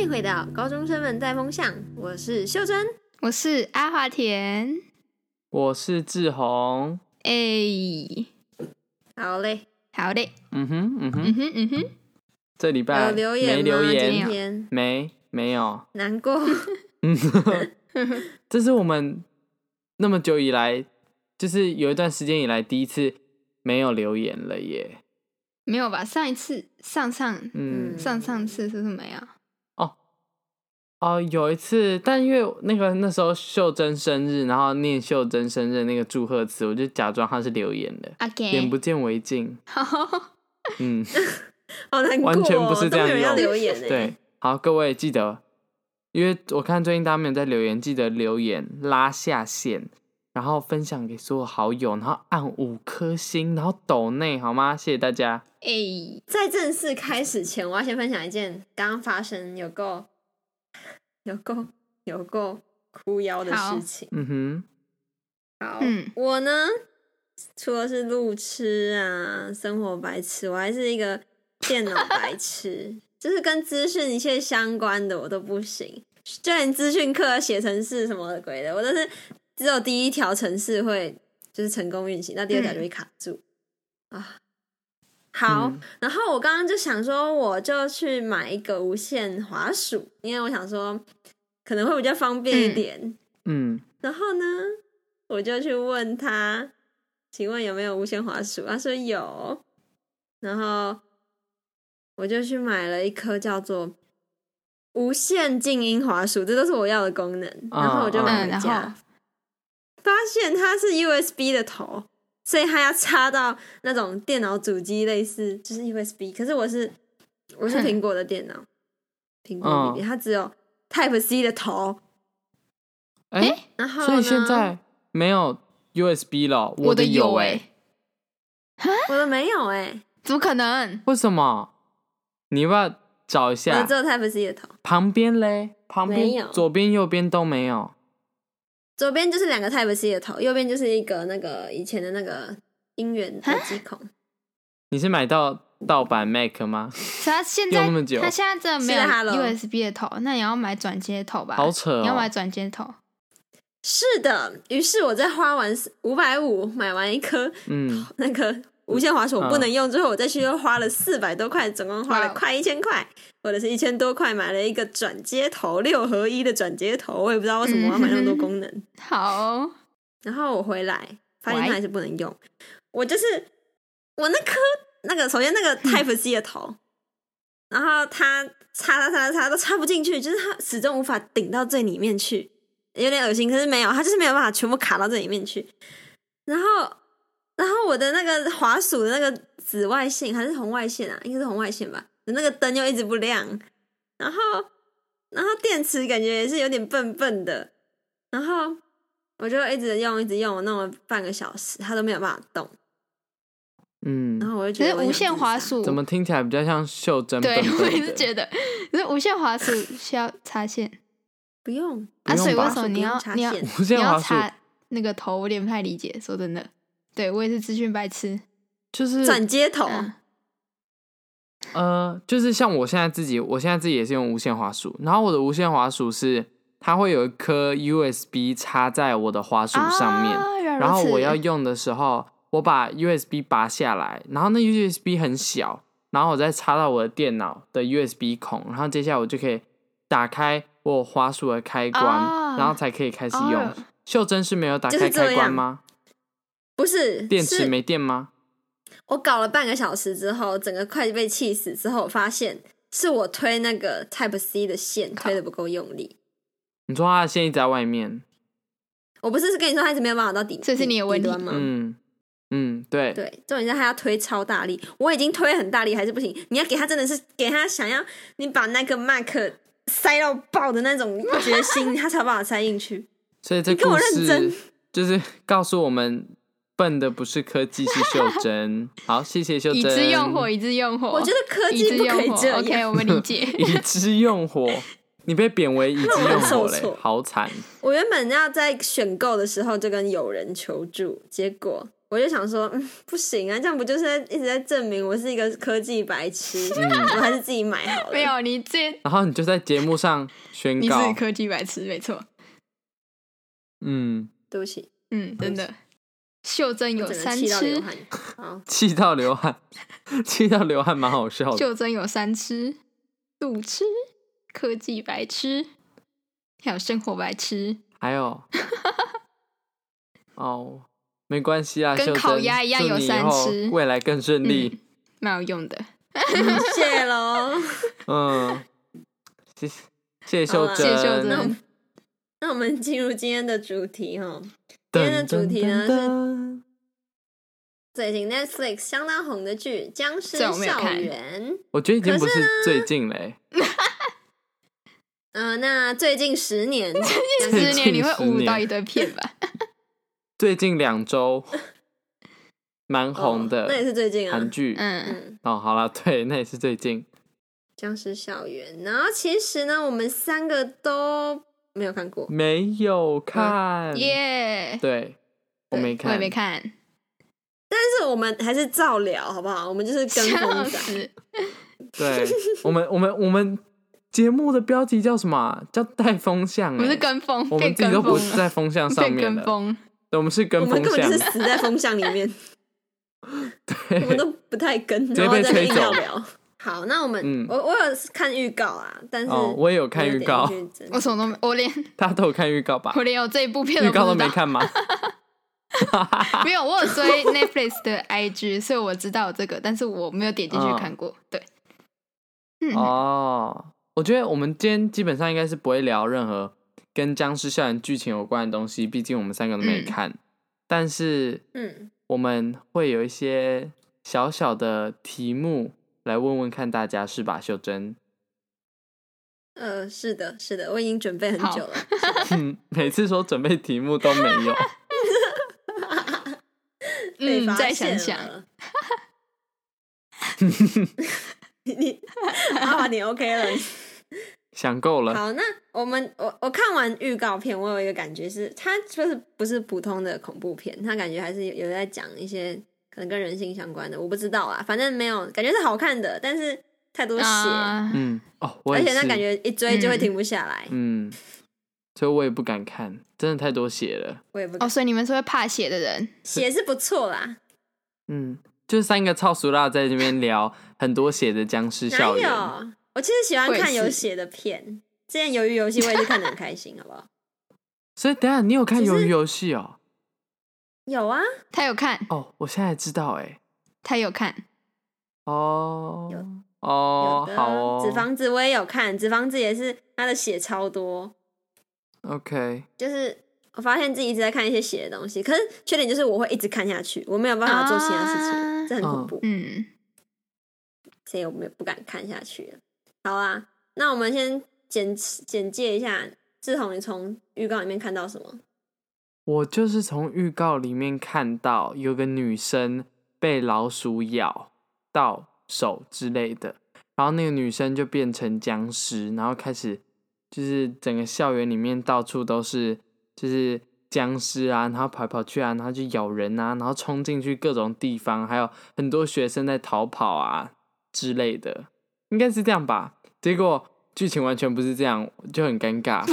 迎回到高中生们带风向，我是秀珍。我是阿华田。我是志宏。哎、好嘞，好嘞，嗯哼，嗯嗯哼，哼嗯哼，这礼有拜留言没吗？留今言，天没没有。 难过，嗯，这是我们那么久以来，就是有一段时间以来第一次没有留言了耶。没有吧？上一次、上上、嗯嗯，上上次是不是没有？哦，有一次，但因为那个那时候秀珍生日，然后念秀珍生日那个祝贺词，我就假装她是留言 的，阿给眼不见为净。好，嗯，好难过、哦，完全不是这样都没有人要用留言呢。对，好，各位记得，因为我看最近大家没有在留言，记得留言拉下线，然后分享给所有好友，然后按五颗星，然后抖内好吗？谢谢大家。 哎、在正式开始前，我要先分享一件刚刚发生有够、有够、有够哭腰的好事情。嗯哼。好，嗯我呢，除了是路痴啊、生活白痴，我还是一个电脑白痴， 就是跟资讯一切相关的我都不行，就连资讯课写程式什么的鬼的，我都是只有第一条程式会就是成功运行，那第二条就会卡住、嗯啊。好，嗯然后我刚刚就想说，我就去买一个无线滑鼠，因为我想说可能会比较方便一嗯点。嗯，然后呢，我就去问他，请问有没有无线滑鼠？他说有，然后我就去买了一颗叫做无线静音滑鼠，这都是我要的功能。嗯然后我就买嗯回然家，后发现它是 USB 的头，所以它要插到那种电脑主机类似，就是 USB。可是我是我是哼苹果的电脑，苹果嗯笔电，它只有 Type C 的头。哎、诶然后所以现呢在没有 USB 了，我的的有哎、哎、我的没有哎、怎么可能？为什么？你要不要找一我下只有 Type C 的头，旁边嘞？旁没有边、左边、右边都没有。左边就是两个 Type C 的头，右边就是一个那个以前的那个音源耳机孔，你是买到盗版 Mac 吗？他现在用那么久他现在真的没是哈喽有 USB 的头，那你要买转接头吧？好扯哦你要买转接头，是的。于是我在花完五百五买完一颗嗯，那个无线滑鼠我不能用之后，我再去又花了四百多块，总共花哇了哦快一千块，或者是一千多块买了一个转接头，六合一的转接头，我也不知道为什么我要买那么多功能。好，然后我回来发现 Why？它还是不能用，我就是我那颗那个首先那个 Type C 的头，然后它插插插插都插不进去，就是它始终无法顶到最里面去，有点恶心，可是没有，它就是没有办法全部卡到最里面去。然后，然后我的那个滑鼠的那个紫外线还是红外线啊，应该是红外线吧，那个灯又一直不亮，然后，然后电池感觉也是有点笨笨的，然后我就一直用一直用，我弄了半个小时，它都没有办法动，然嗯，后我就觉得可是我想无线滑自杀，鼠怎么听起来比较像袖珍笨对笨的？我也是觉得，可是无线滑鼠需要插线不用啊，不用所以为吧什么你不要用插你要线无你线要滑鼠插那个头？我有点不太理解，说真的，对我也是资讯白痴。就是转接头，嗯呃，就是像我现在自己，我现在自己也是用无线滑鼠，然后我的无线滑鼠是它会有一颗 USB 插在我的滑鼠上面，啊、原来如然后我此要用的时候，我把 USB 拔下来，然后那 USB 很小，然后我再插到我的电脑的 USB 孔，然后接下来我就可以打开我滑鼠的开关，啊然后才可以开始用。哦秀珍是没有打就是开这开关样吗？不是电池是没电吗？我搞了半个小时之后，整个快被气死之后，我发现是我推那个 Type C 的线推的不够用力。你说它的线一直在外面，我不是跟你说它一直没有办法到底，这是你的问题底端吗？嗯嗯，对，对，重点是它要推超大力，我已经推很大力还是不行。你要给它真的是给它想要你把那个 Mac 塞到爆的那种决 心，它才有办法塞进去。所以这你跟我故认真事就是 告诉我们，笨的不是科技，是 秀珍。好，谢谢秀珍。以之用火，以之用火。我觉得科以技之不可哦用以火这样。 OK，我们 理解。以之 用火，你被贬为以之那我用很受火嘞挫，好惨！我原本要在选购的时候就跟友人求助，结果我我就想说，嗯，不行啊，这样不就是在一直在证明我是一个科技白 痴？嗯我还是自己买好了。没，有，你这然后你就在节目上宣你告是，科技白痴，没错。嗯，对不起，嗯，真的。袖珍有我整个三气到吃流， 汗。好，气到流汗， 气到流汗，蛮好笑的。袖珍有三吃：路痴、科技白痴，还有生活白痴，还有，哦，没关系啊，跟秀珍烤鸭一样祝有你以三后吃嗯未来更顺利。蛮有用的。嗯谢 喽。嗯，谢谢谢好秀啦珍，谢谢秀那我珍们，那我们进入今天的主题哈。今天的噔主噔题呢噔噔最近 Netflix 相当红的剧《僵尸这我没有校看园》。我觉得已经可不是是最近嘞、嗯，那最近十 年，这 最十近年你会十悟到年一堆片 吧？最近两 周蛮红的哦那也是最近啊韩。剧。嗯，嗯，哦，好啦，对，那也是最近。僵尸校园。然后其实呢，我们三个都没有看过。没有嗯看，耶，对，我没我看，也没看，但是我们还是照聊，好不好？我们就是跟笑风仔，嗯死。对，我们我们我们节目的标题叫什么啊？叫带风向、我欸。们是跟风，我变们自己跟都不风是了，在风向上变面跟的，风。对，我们是我跟们风根本向就是，死在风向里面，我们对都不太 跟，接然后被再吹硬要走聊。好，那我们、嗯我我有看预告啊，但是哦，我也有看没有预点告，进去真的我什么都没，我连大家都有看预告吧我？连有这一部片预告都不知没道，看吗？没有，我有追 Netflix 的 IG，所以我知道有这个，但是我没有点进去看过。对， 嗯，哦，我觉得我们今天基本上应该是不会聊任何跟僵尸校园剧情有关的东西，毕竟我们三个都没嗯看。但是嗯，我们会有一些小小的题目来问问看大家，是吧，秀珍？呃，是的，是的，我已经准备很好久了。嗯每次说准备题目都没 有。被嗯，发再现想想，了。 你 你啊，你 OK 了。想够了，好，那我们我我看完预告片，我有一个感觉是，它就是不是普通的恐怖片，它感觉还是有有在讲一些可能跟人性相关的，我不知道啦，反正没有感觉是好看的，但是太多血，啊，嗯，哦，我而也且是，那感觉一追就会停不下来，嗯，所以我也不敢看，真的太多血了。我也不哦，敢。所以你们是会怕血的人，血是不错啦，嗯，就是三个超俗辣在这边聊很多血的僵尸哪校园。有？我其实喜欢我也看有是血的片，之前《鱿鱼游戏》我也是看的很开心，好不好？所以等一下你有看其鱿实鱼游戏哦？有啊，他有看，哦，我现在知道哎、他有看，哦有哦有，的好哦，纸房子我也有看，纸房子也是他的血超多， OK，就是我发现自己一直在看一些血的东西，可是缺点就是我会一直看下去，我没有办法做其他事情，啊这很恐怖，嗯，所以我们也不敢看下去了。好啊，那我们先简简介一下，志宏，你从预告里面看到什么？我就是从预告里面看到有个女生被老鼠咬到手之类的，然后那个女生就变成僵尸，然后开始就是整个校园里面到处都是就是僵尸啊，然后跑来跑去啊，然后就咬人啊，然后冲进去各种地方，还有很多学生在逃跑啊之类的，应该是这样吧？结果剧情完全不是这样，就很尴尬。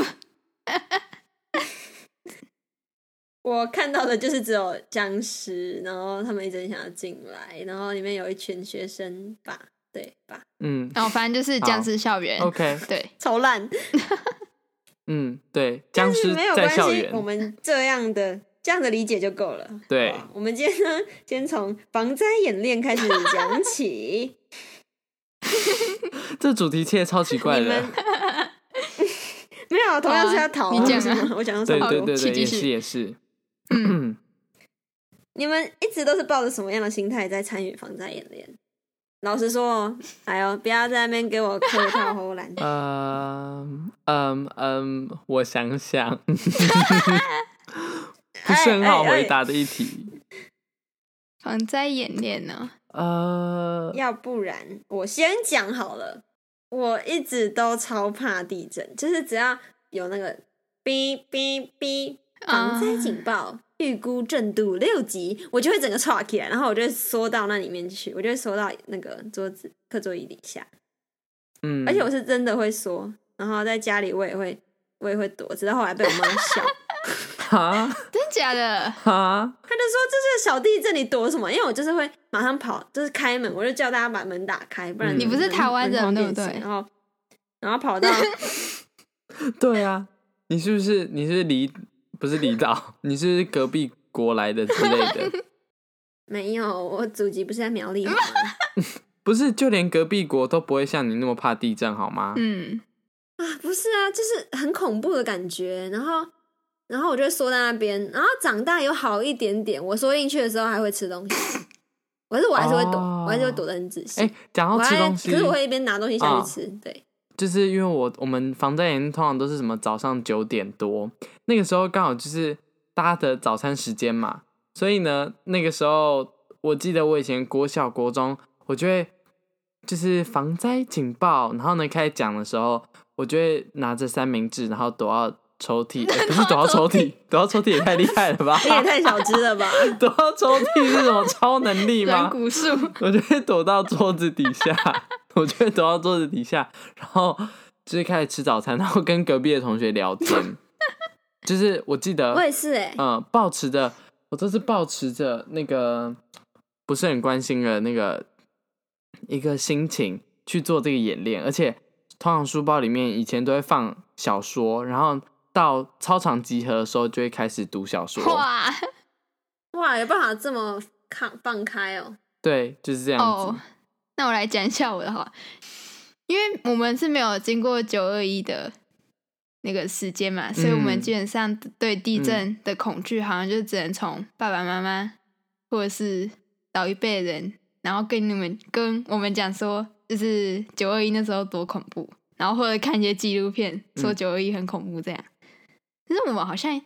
我看到的就是只有僵尸，然后他们一直很想要进来，然后里面有一群学生吧，对吧？嗯然后哦反正就是僵尸校园， ，OK。对，超烂，嗯，对，僵但是尸没有在关校系园，，我们这样的这样的理解就够了。对好不好我们今天呢，先从防灾演练开始讲 起。这主题切得超奇怪你的们，没有，同样是要逃。你讲啊为什么我讲到什对么？对好对请对，继也续是也是，。嗯你们一直都是抱着什么样的心态在参与防灾演练？老实说哦，哎呦，不要在那边给我客套胡乱 嗯嗯嗯，我想想，不是很好回答的一题，防灾演练呢，呃，哎要不然我先讲好了，我一直都超怕地啊震，就是只要有那个哔哔哔防灾警报，哔预估正度六级，我就会整个岔起来，然后我就会缩到那里面去，我就会缩到那个桌子课桌椅底下，嗯，而且我是真的会缩，然后在家里我也会我也会躲，直到后来被我妈笑，哈真假啊的？哈，她就说这是小弟这里躲什么，因为我就是会马上跑，就是开门，我就叫大家把门打开，不然嗯你不是门台湾人门口对不变形对然后然后跑到 对啊，你是不是你是离不是离岛，你是隔壁国来的之类 的，没有，我祖籍不是在苗栗吗？不是就连隔壁国都不会像你那么怕地震好吗？嗯，啊，不是啊，就是很恐怖的感觉。然后，然后我就会缩在那边。然后长大有好一点点，我缩进去的时候还会吃东 西，可是我还是会躲，哦我还是会躲得很仔细。哎、讲我到吃还东西，可是我会一边拿东西下啊去吃。对，？就是因为我我们防灾营通常都是什么早上九点多，那个时候刚好就是大家的早餐时间嘛，所以呢，那个时候我记得我以前国小国中，我就会就是防灾警报，然后呢开始讲的时候，我就会拿着三明治，然后躲到抽 屉，欸不是躲到抽屉， 躲到抽屉也太厉 害了吧你也太小只了 吧？躲到抽屉是什么超能力软？吗骨 素，我就会躲到桌子底下， 我就会躲到桌子底下，然后就是开始吃早餐，然后跟隔壁的同学聊天。 就是我记得我，也是哎、嗯，保持着我都是保持着那个不是很关心的那个一个心情去做这个演练，而且通常书包里面以前都会放小说，然后到操场集合的时候就会开始读小说。哇哇，有办法这么放放开哦？对，就是这样子哦。。那我来讲一下我的话，因为我们是没有经过九二一的那个时间嘛，所以我们嗯基本上对地震的恐惧好像就只能从爸爸妈妈或者是老一辈人，然后跟你们跟我们讲说，就是九二一那时候多恐怖，然后或者看一些纪录片说嗯九二一很恐怖这样。可是我们好像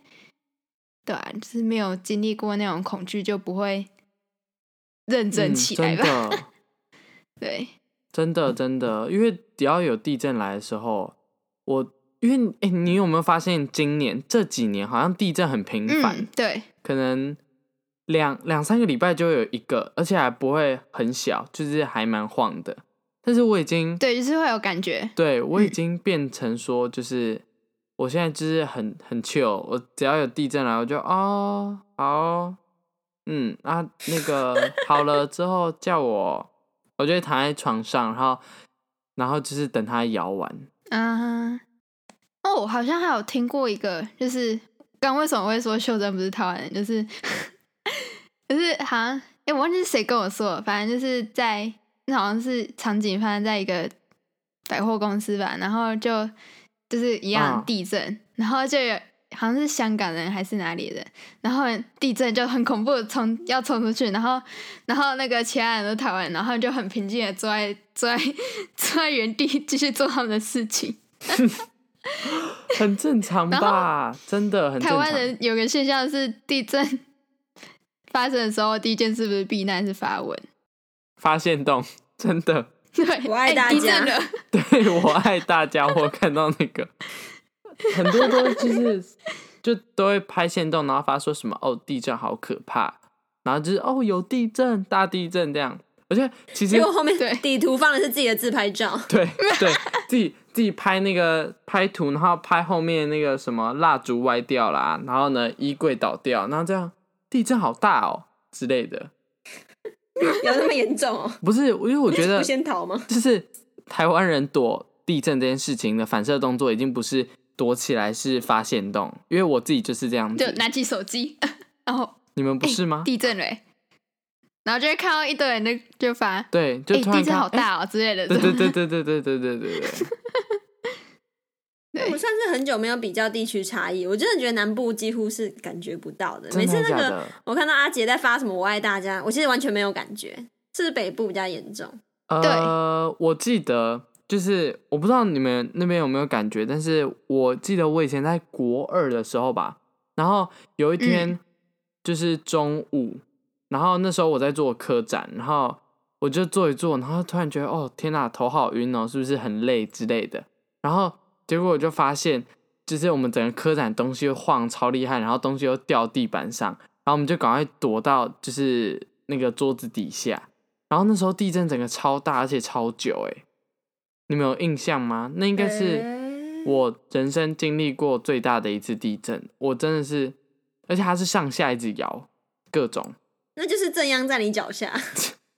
对啊，就是没有经历过那种恐惧，就不会认真嗯起来吧？真的。对，真的真的，因为只要有地震来的时候，我因为哎、你有没有发现今年这几年好像地震很频繁，嗯，对，可能两两三个礼拜就会有一个，而且还不会很小，就是还蛮晃的。但是我已经对，就是会有感觉。对我已嗯经变成说，就是、我现在就是很很 chill，我只要有地震来，我就哦好哦嗯啊 那个好了之后叫我，我就会躺在床上，然后然后就是等它摇完，啊，哦，我好像还有听过一个，就是刚为什么会说秀珍不是台湾人，就是就是好像哎、诶我忘记是谁跟我说了，反正就是在那好像是场景发生在一个百货公司吧，然后就就是一样嗯地震，然后就有。好像是香港人还是哪里人，然后地震就很恐怖，冲要冲出去，然后然后那个其他人都台湾人，然后就很平静的坐在坐在坐在原地继续做他们的事情。很正常然后吧？真的很台正常。湾人有个现象是，地震发生的时候，第一件事不是避难，是发文。发现洞， 真的，对，我爱哎大地震家了，对 我爱大家，我看到那个 很多都就是就都会拍线动，然后发说什么哦地震好可怕，然后就是哦有地震大地震这样，而且其实结果后面对底图放的是自己的自拍照， 对对自己自己拍那个拍图，然后拍后面那个什么蜡烛歪掉啦，然后呢衣柜倒掉，然后这样地震好大哦之类的，有那么严重哦？ 不是因为我觉得不先逃吗？就是台湾人躲地震这件事情的反射动作，已经不是躲起来，是发现洞。因为我自己就是这样就子，拿起手机，然后你们不是吗？地震了、欸然后就会看到一堆人就就发，对，就哎、突地然震看，好哎大哦、之类的。对对对对对对对对对对，对我算是很久没有比较地区差异，我真的觉得南部几乎是感觉不到的。每真次的那假个的？我看到阿杰在发什么“我爱大家”，我其实完全没有感觉，是不是北部比较严重？呃，我记得就是我不知道你们那边有没有感觉，但是我记得我以前在国二的时候吧，然后有一天就是中午，然后那时候我在做科展，然后我就做一做，然后突然觉得哦天呐，头好晕哦，是不是很累之类的？然后结果我就发现就是我们整个科展东西会晃超厉害，然后东西又掉地板上，然后我们就赶快躲到就是那个桌子底下。然后那时候地震整个超大，而且超久、欸，哎，你们有印象吗？那应该是我人生经历过最大的一次地震，我真的是，而且它是上下一直摇，各种。那就是正央在你脚下，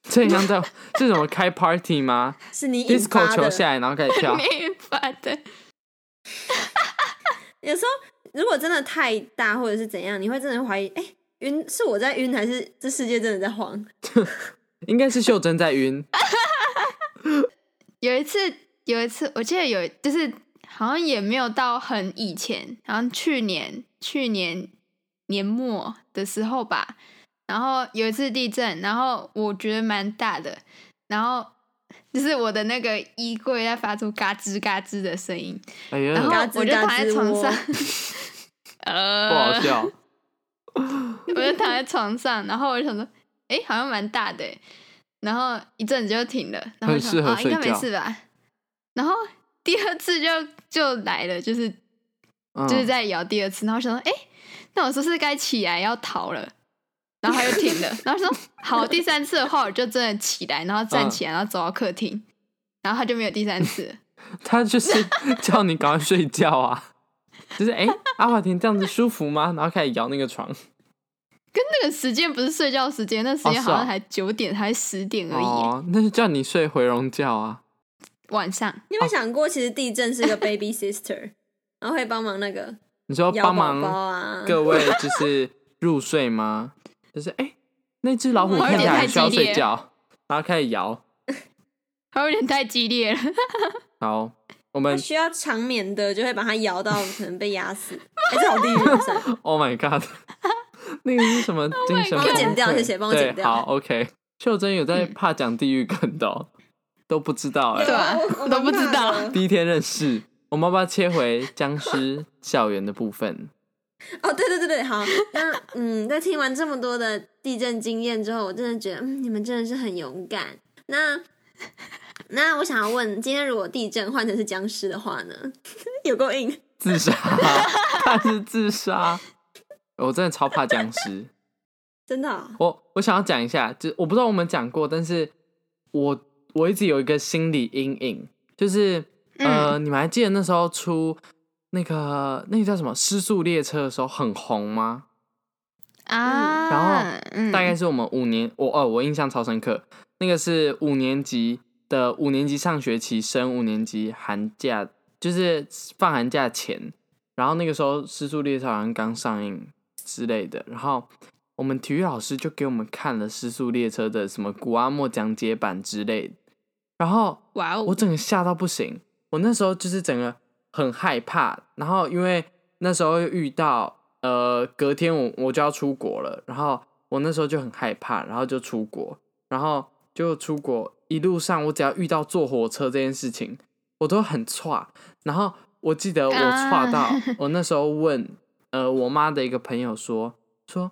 这 样在这怎么开 party 吗是你引？disco 发球的。下来，然后开 始跳。没法的，有时候如果真的太大或者是怎样，你会真的怀疑，哎、晕是我在晕还是这世界真的在晃？应该是秀珍在 晕，有一次，有一次，我记得有，就是好像也没有到很以前，好像去年去年年末的时候吧。然后有一次地震，然后我觉得蛮大的，然后就是我的那个衣柜在发出嘎吱嘎吱的声音，哎呀然，后嗯嘎吱我就躺嘎在吱床窝 上，不呃，好笑。我就躺在床上，然后我就想说，诶，好像蛮大的欸，然后一阵子就停了，然后我很想适合啊，应该睡没觉事吧。然后第二次就就来了，就是嗯就是在摇第二次，然后我想说，诶，那我是不是该起来要逃了？然后他就停了，然后说好，第三次的话我就真的起来，然后站嗯起来，然后走到客厅，然后他就没有第三次了。他就是 叫你赶快睡觉啊，就是哎、阿华田这样子舒服吗？然后开始摇那个床，跟那个时间不是睡觉时间，那时哦间是好哦像才九点还是十点而已欸，哦，那就叫你睡回笼觉啊。晚上。你哦有没有想过，其实地震是个 baby sister，然后 会帮忙那个你说摇哦帮宝宝忙啊？各位就是入睡吗？就是哎、那只老虎哇有看起点来太很需要激睡烈觉，然后开始摇。还有点太激烈了，好，他我 们需要长眠的，就会把它摇到可能被压死，还是好 地狱不是啊 Oh my god！那个是什么精神 Oh god 崩溃？帮我剪掉谢谢帮我对剪掉嗯好，OK。秀珍有在怕讲地狱梗的、哦，都不知道哎、对啊我我都不知道我蛮怕的第一天认识，我们要不要切回僵尸校园的部分？ 哦，对对对对，好，那嗯，在听完这么多的地震经验之后，我真的觉得，嗯，你们真的是很勇敢。那那我想要问，今天如果地震换成是僵尸的话呢？ 有够硬，自杀，他是自杀。我真的超怕僵尸。真的哦、我我想要讲一下，就我不知道我们讲过，但是我我一直有一个心理阴影，就是呃，你们还记得那时候出那个那个叫什么《失速列车》的时候很红吗？啊，然后大概是我们五年，我哦，我印象超深刻，那个是五年级的五年级上学期升五年级寒假，就是放寒假前，然后那个时候《失速列车》好像刚上映之类的，然后我们体育老师就给我们看了《失速列车》的什么古阿莫讲解版之类的，然后哇哦，我整个吓到不行，我那时候就是整个很害怕，然后因为那时候又遇到呃隔天我我就要出国了，然后我那时候就很害怕，然后就出国，然后就出国一路上我只要遇到坐火车这件事情，我都很歘，然后我记得我歘 到、啊我那时候问呃我妈的一个朋友说说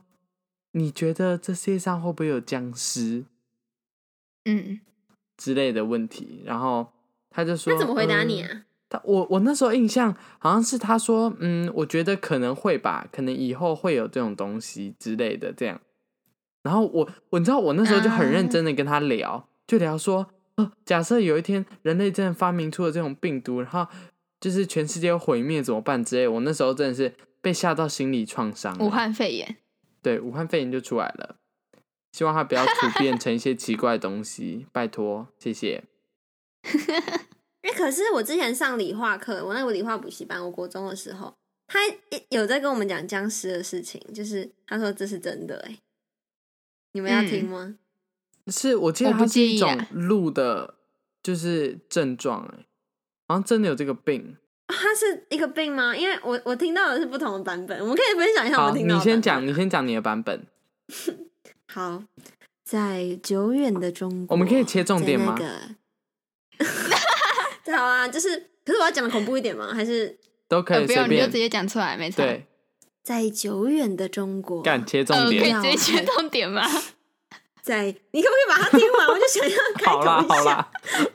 你觉得这世界上会不会有僵尸？嗯，之类的问题，然后他就说那怎么回答你嗯啊？他我我那时候印象好像是他说，嗯，我觉得可能会吧，可能以后会有这种东西之类的这样。然后我我你知道我那时候就很认真的跟他聊，就聊说，呃，假设有一天人类真的发明出了这种病毒，然后就是全世界都毁灭怎么办之类的。我那时候真的是被吓到心理创伤。嗯武汉肺炎，对，武汉肺炎就出来了。希望它不要突变成一些奇怪的东西，拜托，谢谢。哎、可是我之前上理化课，我那个理化补习班，我国中的时候，他有在跟我们讲僵尸的事情，就是他说这是真的、欸，哎，你们要嗯听吗？是我记得我不它是一介意种啊鹿的，就是症状、欸，好像真的有这个病。哦它是一个病吗？因为我我听到的是不同的版本，我们可以分享一下我好，们听到你的。先讲，。你先讲你的版本。好，在久远的中国，我们可以切重点吗在那个 好啊，就是，可是我要讲的恐怖一点吗？还是都可呃以不随用你就便直。接讲出来，没错。对，在久远的中国？干切重呃，可以点。要直接切重点吗？在你可不可以把它听完？我就想要开好啦口一好下，啦，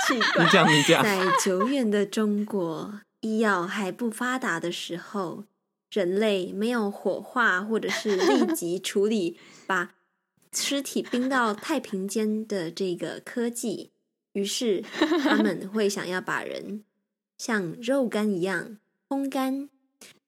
奇你怪。讲你讲。嗯在久远的中国，医药还不发达的时候，人类没有火化或者是立即处理把尸体冰到太平间的这个科技，于是他们会想要把人像肉干一样烘干。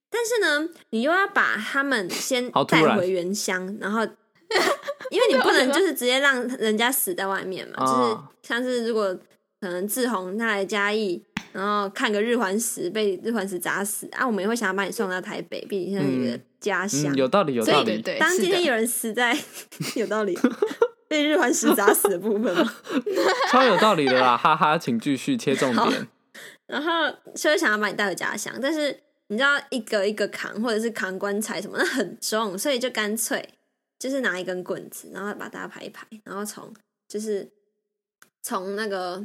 但是呢，你又要把他们先好突带然回原乡，然后因为你 不能就是直接让人家死在外面嘛，就是啊哦像是如果可能志宏他来嘉义，然后看个日环食被日环食砸死啊，我们也会想要把你送到台北，毕竟是你的嗯家乡。嗯，有道理，有所以道对理。对，当是今的天有人死在 有道理被日环食砸死的部分嘛，超有道理的啦，哈哈，请继续切重点。然后就会想要把你带回家乡，但是你知道一个一个扛，或者是扛棺材什么，那很重，所以就干脆就是拿一根棍子，然后把大家排一排，然后从就是从那个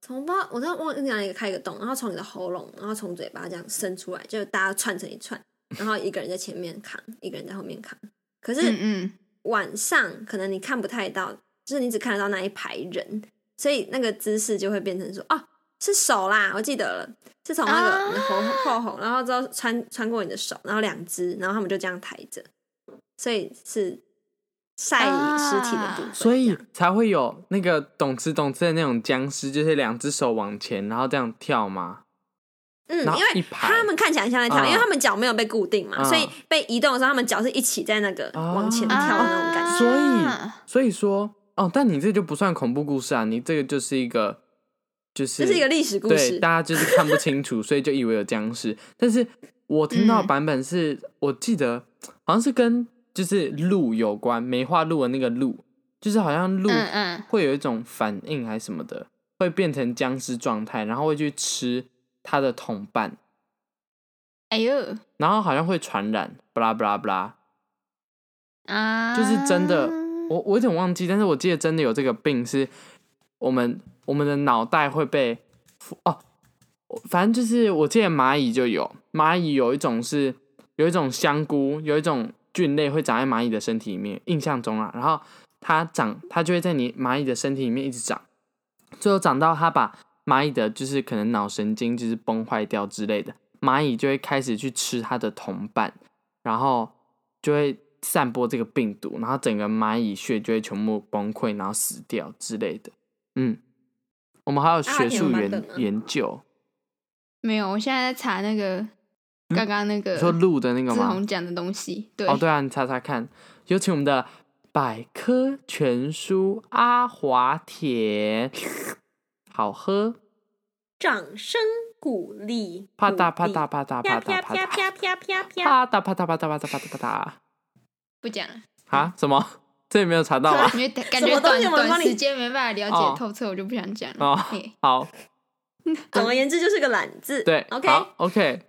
从不知道我都忘记哪里开一个洞，然后从你的喉咙，然后从嘴巴这样伸出来，就是大家串成一串，然后一个人在前面扛，一个人在后面扛。可是嗯嗯，晚上可能你看不太到，就是你只看得到那一排人，所以那个姿势就会变成说，哦，是手啦，我记得了，是从那个啊你的喉后喉，然后之后穿穿过你的手，然后两只，然后他们就这样抬着，所以是晒啊尸体的部分，所以才会有那个懂吃懂吃的那种僵尸，就是两只手往前，然后这样跳嘛。嗯，然后因为一排他们看起来很像在跳，嗯因为他们脚没有被固定嘛，嗯所以被移动的时候，他们脚是一起在那个啊往前跳的那种感觉。啊所以，所以说，哦，但你这就不算恐怖故事啊，你这个就是一个，就是这是一个历史故对，事，大家就是看不清楚，所以就以为有僵尸。但是我听到的嗯版本是、我记得好像是跟就是鹿有关，梅花鹿的那个鹿，就是好像鹿嗯嗯会有一种反应还是什么的，会变成僵尸状态，然后会去吃它的同伴，哎呦然后好像会传染，不啦不啦不啦。啊，就是真的，我我有点忘记，但是我记得真的有这个病，是我们我们的脑袋会被哦，反正就是我记得蚂蚁就有蚂蚁有一种是有一种香菇，有一种菌类会长在蚂蚁的身体里面，印象中啊，然后它长它就会在你蚂蚁的身体里面一直长，最后长到它把蚂蚁的就是可能脑神经就是崩坏掉之类的，蚂蚁就会开始去吃它的同伴，然后就会散播这个病毒，然后整个蚂蚁穴就会全部崩溃，然后死掉之类的。嗯，我们还有学术啊有研、版本吗研究，没有，我现在在查那个刚刚那个嗯你说鹿的那个志吗宏？讲的东西，对哦，对啊，你查查看。有请我们的百科全书阿华田，好喝，掌声鼓励，啪嗒鼓啪励嗒啪啪啪嗒啪嗒啪啪啪嗒啪啪啪，啪嗒啪嗒啪嗒啪嗒啪嗒啪不讲了。嗒啊？什么？这里没有 查到吗？因为感什么觉东短西我们帮短你时间没办法了哦解透彻，我就不想讲了。哦嘿，好，总而言之就是个懒字。对，OK。好，OK，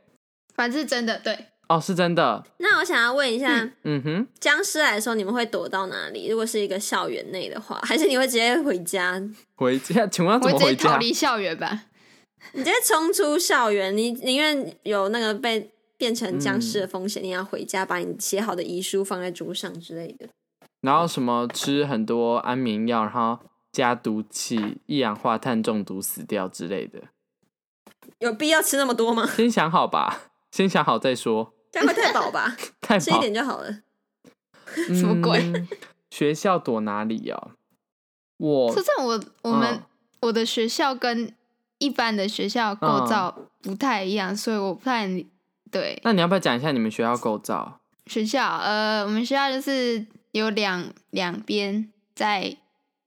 反正是真的，对，哦，是真的，那我想要问一下，嗯哼。僵尸来的时候你们会躲到哪里？如果是一个校园内的话，还 是你会直接回家？回家？ 请问要我怎会么直回接逃家？离校园吧。你直接冲出校园，你宁愿有那个被变成僵尸的风险，你要回家把你写好的遗书放在桌上之类的。然后什么吃很多安眠药，然后加毒气、一氧化碳中毒死掉之类的。有必要吃那么多 吗？先想好吧，先想好再说。这样会太饱吧？太吃一饱，点就好了。什什么鬼 学校躲哪里哦？我说真的，我我们、哦嗯我的学校跟一般的学校嗯构造不太一样，所以我不太对那你要不要讲一下你们学校构造？学校。呃，我们学校就是有两两边在，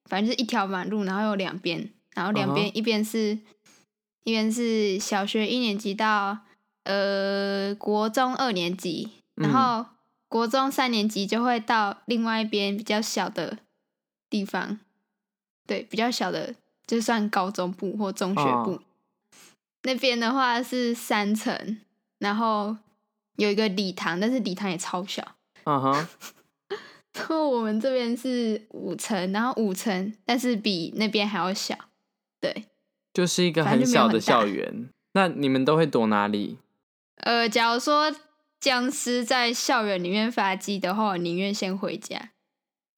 反正就是一条马路，然后有两边，然后两边、嗯一边是一边是小学一年级到呃国中二年级，嗯然后国中三年级就会到另外一边比较小的地方，对，比较小的就算高中部或中学部。哦那边的话是三层，然后有一个礼堂，但是礼堂也超小。嗯哼，然后我们这边是五层，然后五层，但是比那边还要小。对，就是一个反正很就没有小很的大校园。那你们都会躲哪里？呃，假如说僵尸在校园里面发迹的话，我宁愿先回家。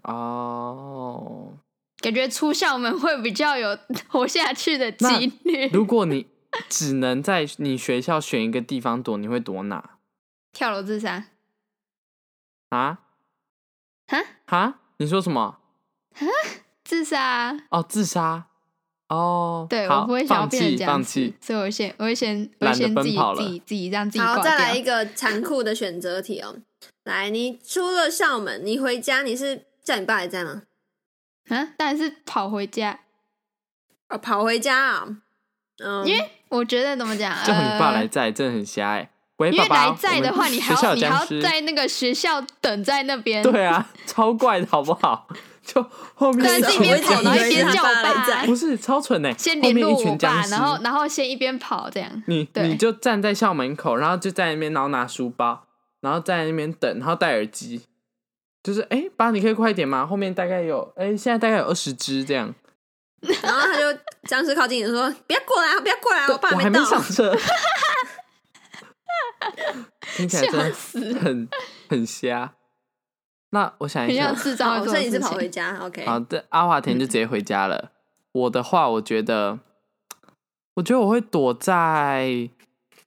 哦，感觉出校门会比较有活下去的几率。如果你只能在你学校选一个地方躲，你会躲哪 跳楼自杀啊？啊？哈？你说什么？自杀啊、哦，自杀？哦，对好我不会想要放变成弃，这放样子弃，。所以我先，我会先，我会懒得先自奔己跑自了己自己让自己好，挂再来掉一。个残酷的选择题哦。来，你出了校门，你回家，你是叫你爸还在吗？啊，当然是跑回家，哦，跑回家啊、嗯，因为我觉得怎么 讲，叫你爸呃来在，真的很狭隘。喂，因爸为爸，来在的我们话，你还学要校有你还僵要尸。在那个学校等在那边， 对啊，超怪的好不好？ 就后面对一自己群边跑僵然后尸一 边叫我来爸载，不是超蠢呢、欸，先后联面络一我群僵爸，尸，然后然后先一边跑这样。你对你就站在校门口，然后就在那边，然后拿书包，然后在那边等，然后戴耳机，就是哎、诶爸，你可以快一点吗？后面大概有哎、现在大概有二十只这样，然后他 就僵尸靠近你说：“不要过来啊，不要过来啊，对我爸我还没到。上车，听起来啊真笑 死的很很瞎。那我想很一下像，智”障好，会我做说的你事是跑回情。家，OK？好的，阿华田就直接回家了。我的话，我觉得，我觉得我会躲在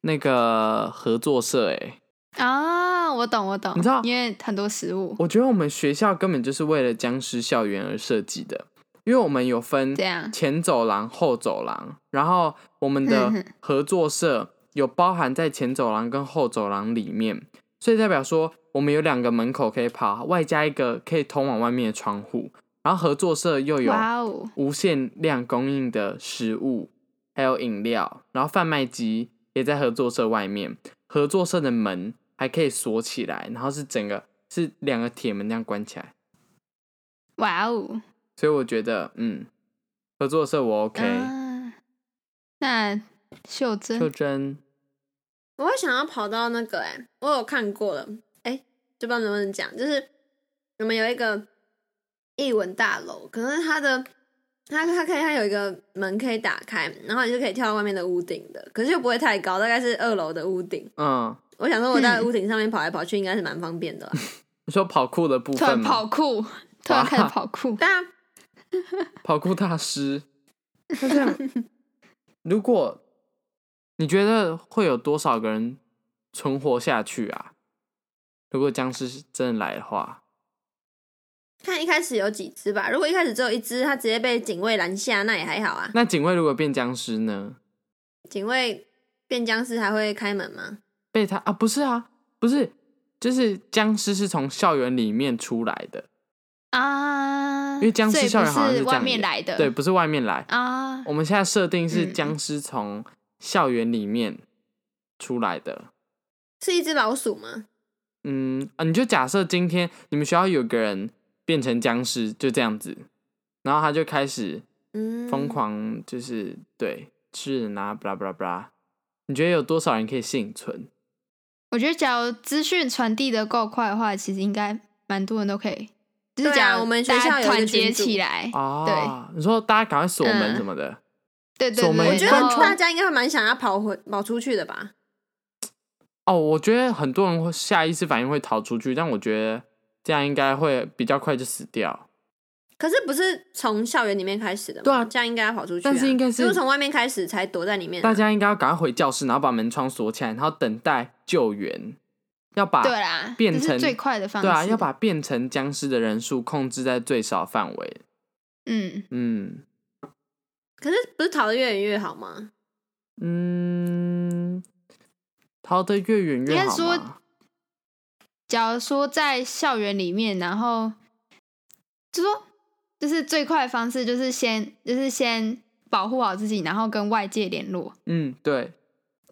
那个合作社、欸。啊，我懂，我懂，你知道因为很多食物我觉得我们学校根本就是为了僵尸校园而设计的，因为我们有分这样，前走廊、后走廊，然后我们嗯的哼合作社有包含在前走廊跟后走廊里面，所以代表说我们有两个门口可以跑，外加一个可以通往外面的窗户，然后合作社又有哇哦，无限量供应的食物，还有饮料，然后贩卖机也在合作社外面，合作社的门还可以锁起来，然后是整个是两个铁门这样关起来，哇哦，所以我觉得嗯，合作社我 OK，、啊，那秀秀珍珍我会想要跑到那个、欸，哎，我有看过了，哎、就不知道能不能讲，就是我们有一个艺文大楼，可能它的它它可以它有一个门可以打开，然后你就可以跳到外面的屋顶的，可是又不会太高，大概是二楼的屋顶。嗯，我想说，我在嗯屋顶上面跑来跑去，应该是蛮方 便的啊、你说跑酷的部突分然吗？跑酷，突然开始跑酷，但跑酷 大师。那这样，如果你觉得会有多少个人存活下去啊？如果僵尸真的来的话，看一开始有几只吧。如果一开始只有一只，它直接被警卫拦下，那也还好啊。那警卫如果变僵尸呢？警卫变僵尸还会开门吗？被他啊，不是啊，不是，就是僵尸是从校园里面出来的，啊，因为僵所以尸校不园好像是这外样面演来的，对，不是外面来。啊，我们现在设定是嗯僵尸从校园里面出来的，是一只老鼠吗？嗯啊，你就假设今天你们学校有个人变成僵尸，就这样子，然后他就开始嗯，疯。狂，就是、对吃人啊，巴拉巴拉巴拉。你觉得有多少人可以幸存？我觉得，假如资讯传递的够快的话，其实应该蛮多人都可以。就是对啊讲、我们学校有一个团结群组起来，啊，你说大家赶快锁嗯门什么的，对对对所以我们对我觉然得后大家应该会蛮想要跑回跑出去的吧。哦，我觉得很多人会下意识反应会逃出去，但我觉得这样应该会比较快就死掉。可是不是从校园里面开始的吗？对啊这样应该要跑出去、啊。但是应该是就是从外面开始才躲在里面啊、大家应该要赶快回教室，然后把门窗锁起来，然后等待救援。要把对啊啦，变这成是最快的方式。对啊，要把变成僵尸的人数控制在最少范围。嗯，嗯可是不是逃得越远越好吗？嗯，逃得越远越应该好说吗？假如说在校园里面，然后就说就是最快的方式，就是先就是先保护好自己，然后跟外界联络，嗯，对，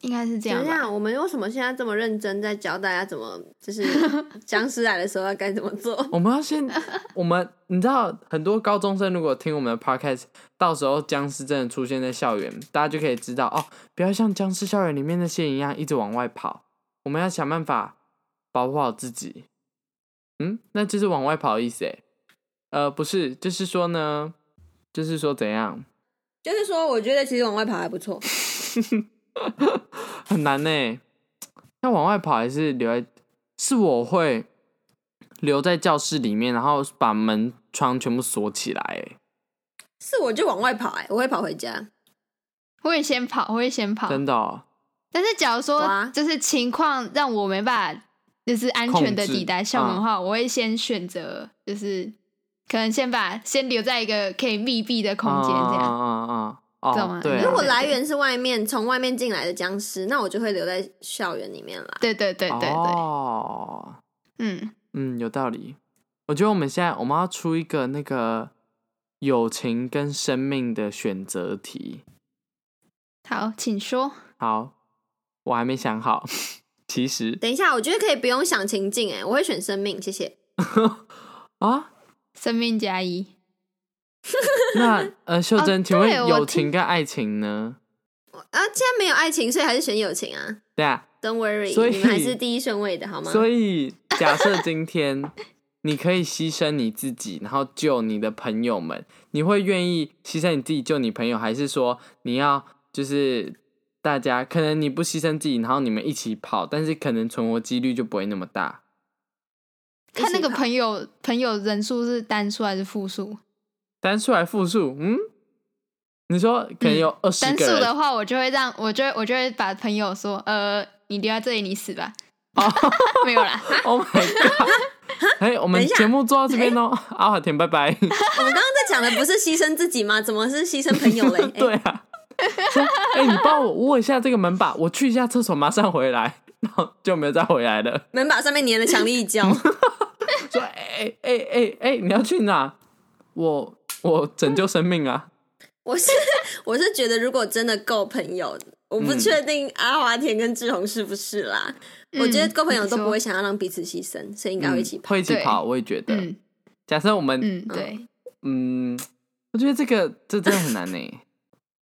应该是这等样一吧。下，我们为什么现在这么认真在教大家怎么，就是僵尸来的时候要该怎么做？我们要先，我们你知道，很多高中生如果听我们的 podcast，到时候僵尸真的出现在校园，大家就可以知道哦，不要像僵尸校园里面那些一样一直往外跑，我们要想办法保护好自己。嗯，那就是往外跑的意思诶。呃，不是，就是说呢，就是说怎样， 就是说，我觉得其实往外跑还不错。很难呢。要往外跑还是留在？是我会留在教室里面，然后把门窗全部锁起来。欸是我就往外跑、哎，我会跑回家。我会先跑，我会先跑。真的、哦，但是假如说哇就是情况让我没办法就是安全的控制抵达校门的话，我会先选择就是可能先把先留在一个可以密闭的空间这啊样。啊啊啊！懂哦吗，对啊，如果对来源是外面从外面进来的僵尸，那我就会留在校园里面啦。对对对对对，哦，嗯，嗯，有道理。我觉得我们现在我们要出一个那个友情跟生命的选择题。好，请说。好，我还没想好。其实等一下，我觉得可以不用想情境，哎，我会选生命，谢谢。啊，生命加一，那呃，秀珍，哦请问对我友听情跟爱情呢？啊，既然没有爱情，所以还是选友情啊。对啊， Don't worry，所以你们还是第一顺位的好吗？所以假设 今天你可以牺牲你自己，然后救你的朋友们，你会愿意牺牲你自己救你朋友，还是说你要就是大家可能你不牺牲自己，然后你们一起跑，但是可能存活几率就不会那么大？看那个 友，朋友朋友人数是单数还是复数？单数还复数？嗯，你说可能有二十单数个人，的话，我就会让我就会我就会把朋友说，呃，你留在这里，你死吧。哦 没有 啦， Oh my god！哎、我们等一下节目做到这边哦 喽，阿华田，拜拜。我们刚刚在讲的不是牺牲自己吗？怎么是牺牲朋 友嘞？哎对啊，说哎、你帮我握一下这个门把，我去一下厕所，马上回来，然后就没有再回来了。门把上面粘了强力一 胶，说哎哎哎哎，你要去哪？我我拯救生命啊！我是我是觉得，如果真的够朋友，我不确定阿华田跟志宏是不是啦。嗯我觉得够朋友都没不错会想要让彼此牺牲，所以应该会一起嗯跑。会一起对跑，我也觉得。嗯假设我们嗯嗯，对，我觉得这个这真的很难呢。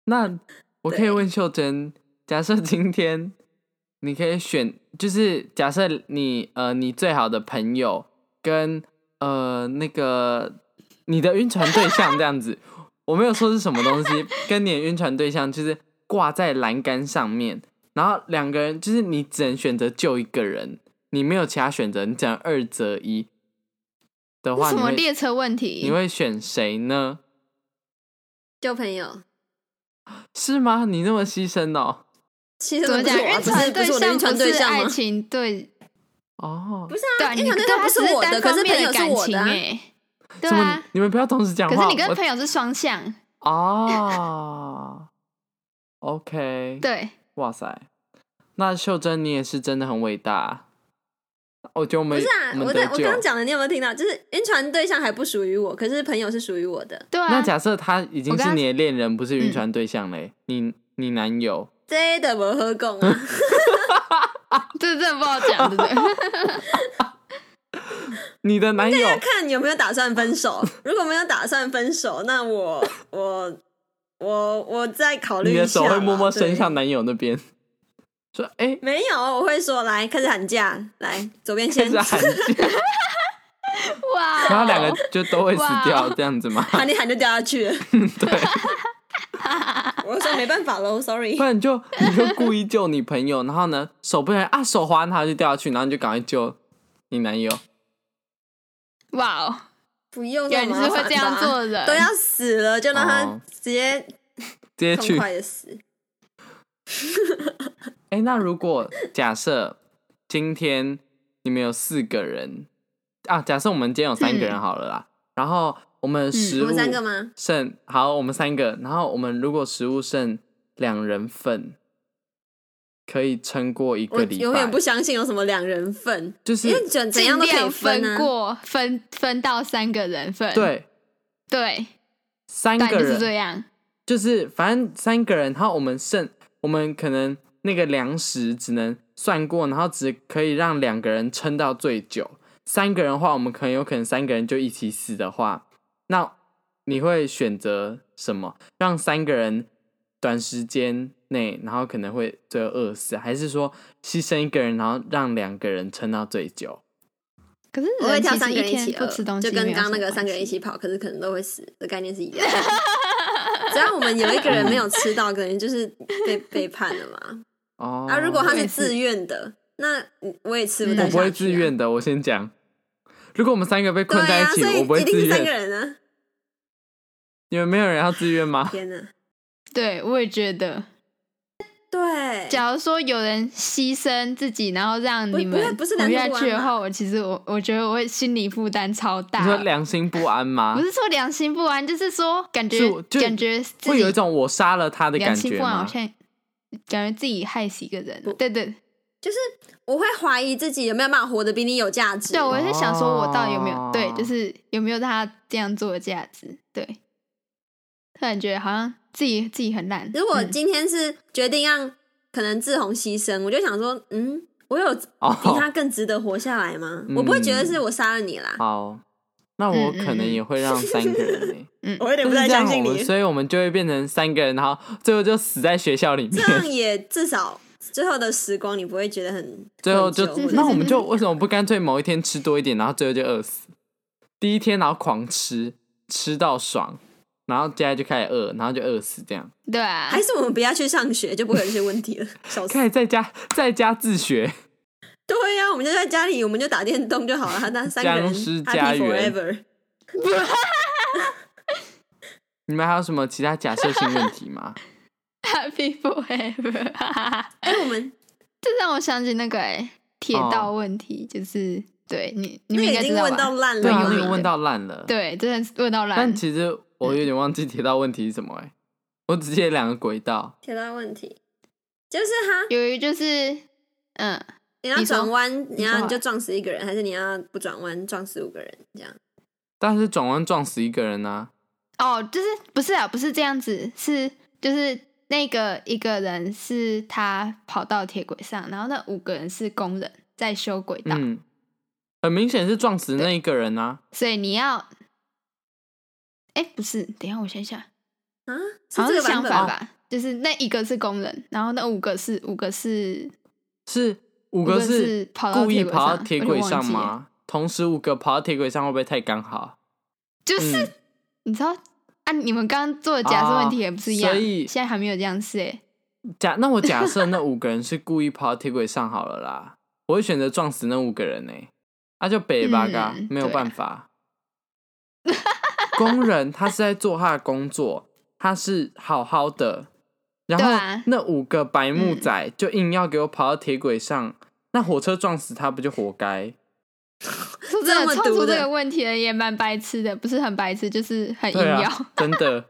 那我可以问秀珍，假设今天你可以选，就是假设你呃你最好的朋友跟呃那个你的晕船对象这样子，我没有说是什么东西，跟你的晕船对象就是挂在栏杆上面，然后两个人就是你只能选择救一个人，你没有其他选择，你只能二择一这的话，什你么会列车问题？你会选谁呢？救朋友，是吗？你那么牺牲哦？其实怎么不讲？是我啊晕不是不船对是我的象晕船不对是象爱吗？情对 哦，不是对啊，啊，你晕船对对象他不是我的，可单是方朋面友的是感我情的啊、哎， 对什么啊，你们不要同时讲可话。是你跟我朋友是双向，哦，OK，，对，哇塞，那秀珍你也是真的很伟大。我觉得我们不是啊，们我得在我救刚刚讲的，你有没有听到？就是晕船对象还不属于我，可是朋友是属于我的。对啊。那假设他已经我刚是刚你的恋人，不是晕嗯船对象嘞、你你男友，这的我喝共 啊，这真的不好讲，对不对？ 你的男友，看有没有打算分手。如果没有打算分手，那我我我我再考虑你一下啦。的手会默默伸对向男友那边，说：“哎、没有，我会说来开始喊价，来左边开先始喊叫， 哇，哦然后两个就都会死哇掉，哦这样子吗？”喊你喊就掉下去了。对。我说没办法喽，sorry 不。然你就你就故意救你朋友，然后呢手不小心啊手滑，然后就掉下去，然后你就赶快救你男友。哇哦，不用这原么来麻啊你是烦吧，啊会这样做的人，都要死了，就让他哦直接直接痛去。快的死。哎、那如果假设今天你们有四个人啊，假设我们今天有三个人好了啦，然后我们嗯食我物、们三个吗？剩好，我们三个，然后我们如果食物剩两人份，可以撑过一我个礼拜。永远不相信有什么两人份，就是因为怎怎样都可以尽量分分啊。过分分到三个人份，对对，三但个就是人这样，就是反正三个人，然后我们剩我们可能那个粮食只能算过，然后只可以让两个人撑到最久。三个人的话，我们可能有可能三个人就一起死的话，那你会选择什么？让三个人短时间内，然后可能会最后饿死，还是说牺牲一个人，然后让两个人撑到最久？可是我会人挑其三实个一人一起天饿不吃东西，就跟刚刚那个三个人一起，跑，可是可能都会死的概念是一样的。只要我们有一个人没有吃到，可能就是被背叛了 嘛。哦，啊，如果他我是也是自愿的，那我也吃不嗯太下我去、啊。不会自愿的，我先讲。如果我们三个被对困在一啊，起，所以我不会一定自是三个愿。人啊！你们没有人要自愿吗？啊天哪，对，我也觉得。对，假如说有人牺牲自己，然后让不你不会们不是啊活男下女不去的安话，嘛我其实我我觉得我会心理负担超大你。说良心不安吗不？是说良心不安，就是说感觉是我就感觉自会有一己种我杀了他的良感心觉不安，好吗？像感觉自己害死一个人了。对对就是我会怀疑自己有没有办法活得比你有价值。对，我是想说我到底有没有、哦对，就是有没有他这样做的价值？对，突然觉得好像自己自己很烂。如果嗯今天是决定让可能志宏牺牲，我就想说，嗯，我有比哦，他更值得活下来吗？我不会觉得是我杀了你啦， 好，那我可能也会让三个人 欸嗯我有点就不是太这样哦相我信们，你。所以我们就会变成三个人，然后最后就死在学校里 这面，样也至少最后的时光你不会觉得很 最后就愧疚或者那我们就为什么不干脆某一天吃多一点，然后最后就饿死？第一天然后狂吃，吃到爽，然后接下来就开始饿，然后就饿死这样。对啊， 还是我们不要去上学，就不会有这些问题了。小开始在家在家自学，对啊呀、我们就在家里，我们就打电动就好了。那三个人僵尸 happy 家园 forever，你们还有什么其他假设性问题 吗？ Happy Forever，哈 哈哈哎、我们这让我想起那个哎、铁道问题，就是对你你们应那哦个已该知经道问到吧？烂了，对啊，有那名个的问到烂了。，对，真的是问到烂但。其实嗯我有点忘记铁道问题是什么哎、我只记得两个轨道。铁道问题，就是他由于就是嗯，你要你说转弯，你说要啊你就撞死一个人，还是你要不转弯撞死五个人？这样但是转弯撞死一个人啊呢、哦，就是不是啊，不是这样子，是就是那个一个人是他跑到铁轨上，然后那五个人是工人在修轨道，嗯，很明显是撞死那一个人啊。所以你要，哎、不是，等一下我想想，啊，好像这是个相版本吧？反吧，就是那一个是工人，然后那五个是五个是是五五个个是是跑到故意铁轨跑到上铁我就轨忘上记吗了？同时五个跑到铁轨上会不会太刚好？就是、嗯你知道啊，你们刚刚做的假设问题也不是一样，啊所以现在还没有这样是哎、假那我假设那五个人是故意跑到铁轨上好了啦，我会选择撞死那五个人呢、那、就北吧嘎，嗯没有对啊办法。工人他是在做他的工作，他是好好的，然对后啊那五个白木嗯仔就硬要给我跑到铁轨上，那火车撞死他不就活该？说真这么的，毒凑出的这个问题的也蛮白痴的，不是很白痴，就是很硬对要。 啊，真的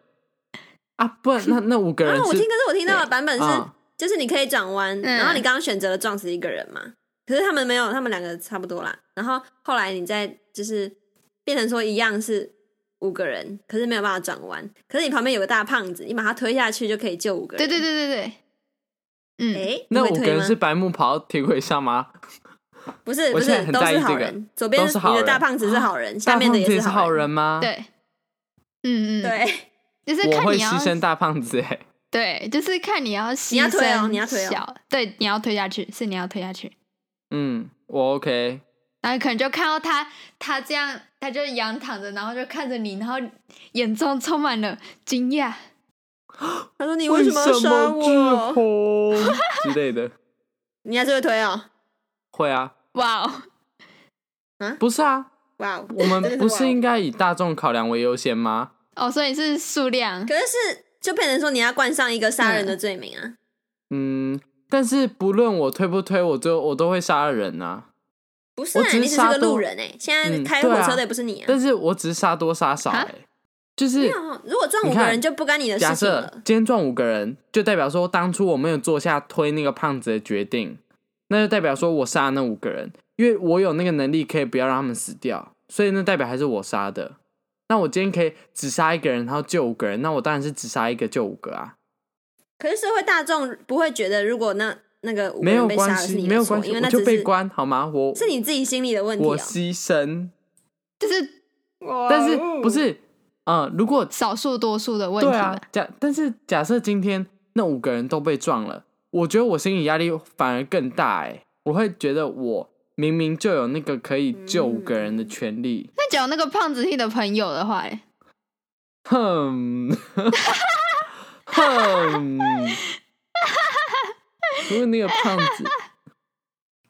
啊，不然那那五个人然啊是后我听，可是我听到的版本是，嗯就是你可以转弯，嗯然后你刚刚选择了撞死一个人嘛，可是他们没有，他们两个差不多啦。然后后来你再就是变成说一样是五个人，可是没有办法转弯，可是你旁边有个大胖子，你把他推下去就可以救五个对人。对对对对，嗯，哎、你那会五个推人吗是白木跑到铁轨上吗？不是我不现在是很都在意是这好个人？左边都你是好的人啊大胖子是好人，下大面的胖子也也是是好人吗？，对，嗯嗯，， 对，就是我看会你要牺牲大胖子哎、对，就是看你要牺牲你要推哦你要推哦小，对，你要推下去，是你要推下去，嗯，我 OK，然后可能就看到他，他这样，他就仰躺着，然后就看着你，然后眼中充满了惊讶。他说你为为什什么要杀啊么志我？宏之类的，你还是会推哦，会啊，哇哦，不是啊，哇哦！我们真的不哇哦是应该以大众考量为优先吗？哦，所以是数量可是就变成说你要冠上一个杀人的罪名啊。嗯，但是不论我推不推，我都我都会杀人啊，不是、我啊，只是你只是杀个多路人哎、现在嗯开对火啊车的也不是你啊。但是我只是杀多杀少哎、啊就是没有哦，如果撞你五个看人就不干你的假事情设了。今天撞五个人，就代表说当初我没有做下推那个胖子的决定，那就代表说我杀了那五个人，因为我有那个能力可以不要让他们死掉，所以那代表还是我杀的。那我今天可以只杀一个人，然后救五个人，那我当然是只杀一个救五个啊。可是社会大众不会觉得，如果那那个五个没有人被杀关了是系，你没有的错，关系，因为我那就只被是关好吗？我是你自己心里的问题我啊、牺牲，就是但是哦不是？嗯、如果少数多数的问题对吧啊。，假但是假设今天那五个人都被撞了，我觉得我心理压力反而更大哎、我会觉得我明明就有那个可以救五个嗯人的权利，那假如那个胖子是你的朋友的话嘞，哼，哼，因为那个胖子，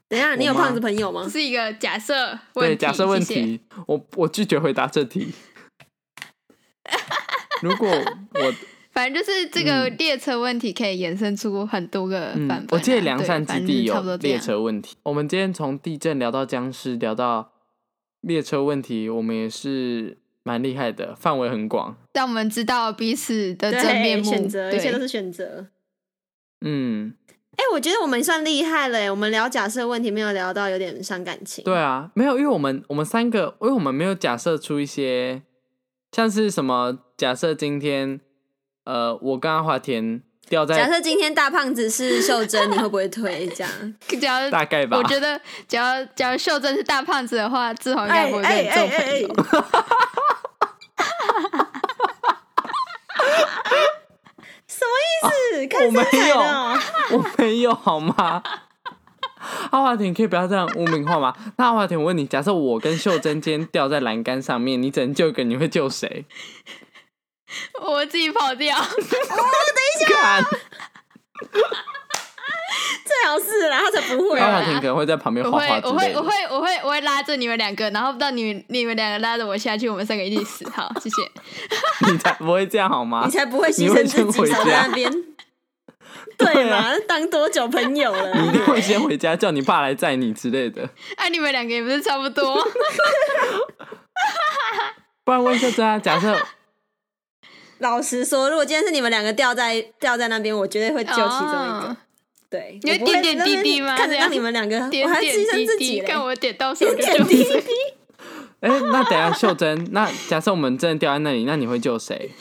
等一下，你有我妈胖子朋友吗这？是一个假设 问对，题。假设问谢谢题， 我我拒绝回答这题。如果我反正就是这个列车问题可以衍生出很多个版本、啊嗯我记得梁山基对地反正就是差有不多这列样，车问题。我们今天从地震聊到僵尸，聊到列车问题，我们也是蛮厉害的，范围很广。让我们知道彼此的真面对，目。选择一切都对，是选择。嗯，哎、我觉得我们算厉害了耶，欸我们聊假设问题没有聊到有点伤感情。对啊，没有，因为我们我们三个，因为我们没有假设出一些像是什么假设今天，呃，我跟阿华田掉假在设今天大胖子是秀珍，你会不会推？这样？只要大概吧我，觉得只要只要秀珍是大胖子的话，志哎宏应该不会跟你做 朋友。什么意思？看我没身材的哦、 我没有好吗？ 阿华田，你可以不要这样污名化吗？ 那阿华田，我问你，假设我跟秀珍今天掉在栏杆上面，你只能救一个，你会救谁？ 我自己跑掉，看，最好是啦，他才不会啊阿华啦。田可能会在旁边我画会画之我类会我的。会我会我会拉着你们两个，然后到你们你们两个拉着我下去，我们三个一起死。好，谢 谢。 你才不会这样好吗你？才不会牺牲自己，你会先少回家在那边。对 对啊嘛？当多久朋友了？你一定会先回家叫你爸来载你之类 的，哎、你们两个也不是差不 多，不然问秀珍啊。假设老实说，如果今天是你们两个掉在掉在那边，我绝对会救其中一个。哦对，你会我不会点点滴滴吗看这着样让你们两个，点我还牺牲点自滴己滴，嘞。看我点到手点就点救滴谁。滴，哎、那等一下秀珍，那假设我们真的掉在那里，那你会救谁？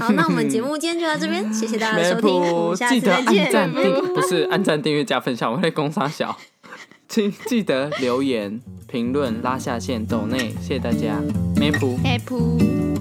好，那我们节目今天就到这边，谢谢大家的收听，我谱，们下嗯记次得再按见， 赞拜订，不是按赞订阅加分享，我会攻杀小，请记得留言评论拉下线抖内，谢谢大家，梅普。哎噗。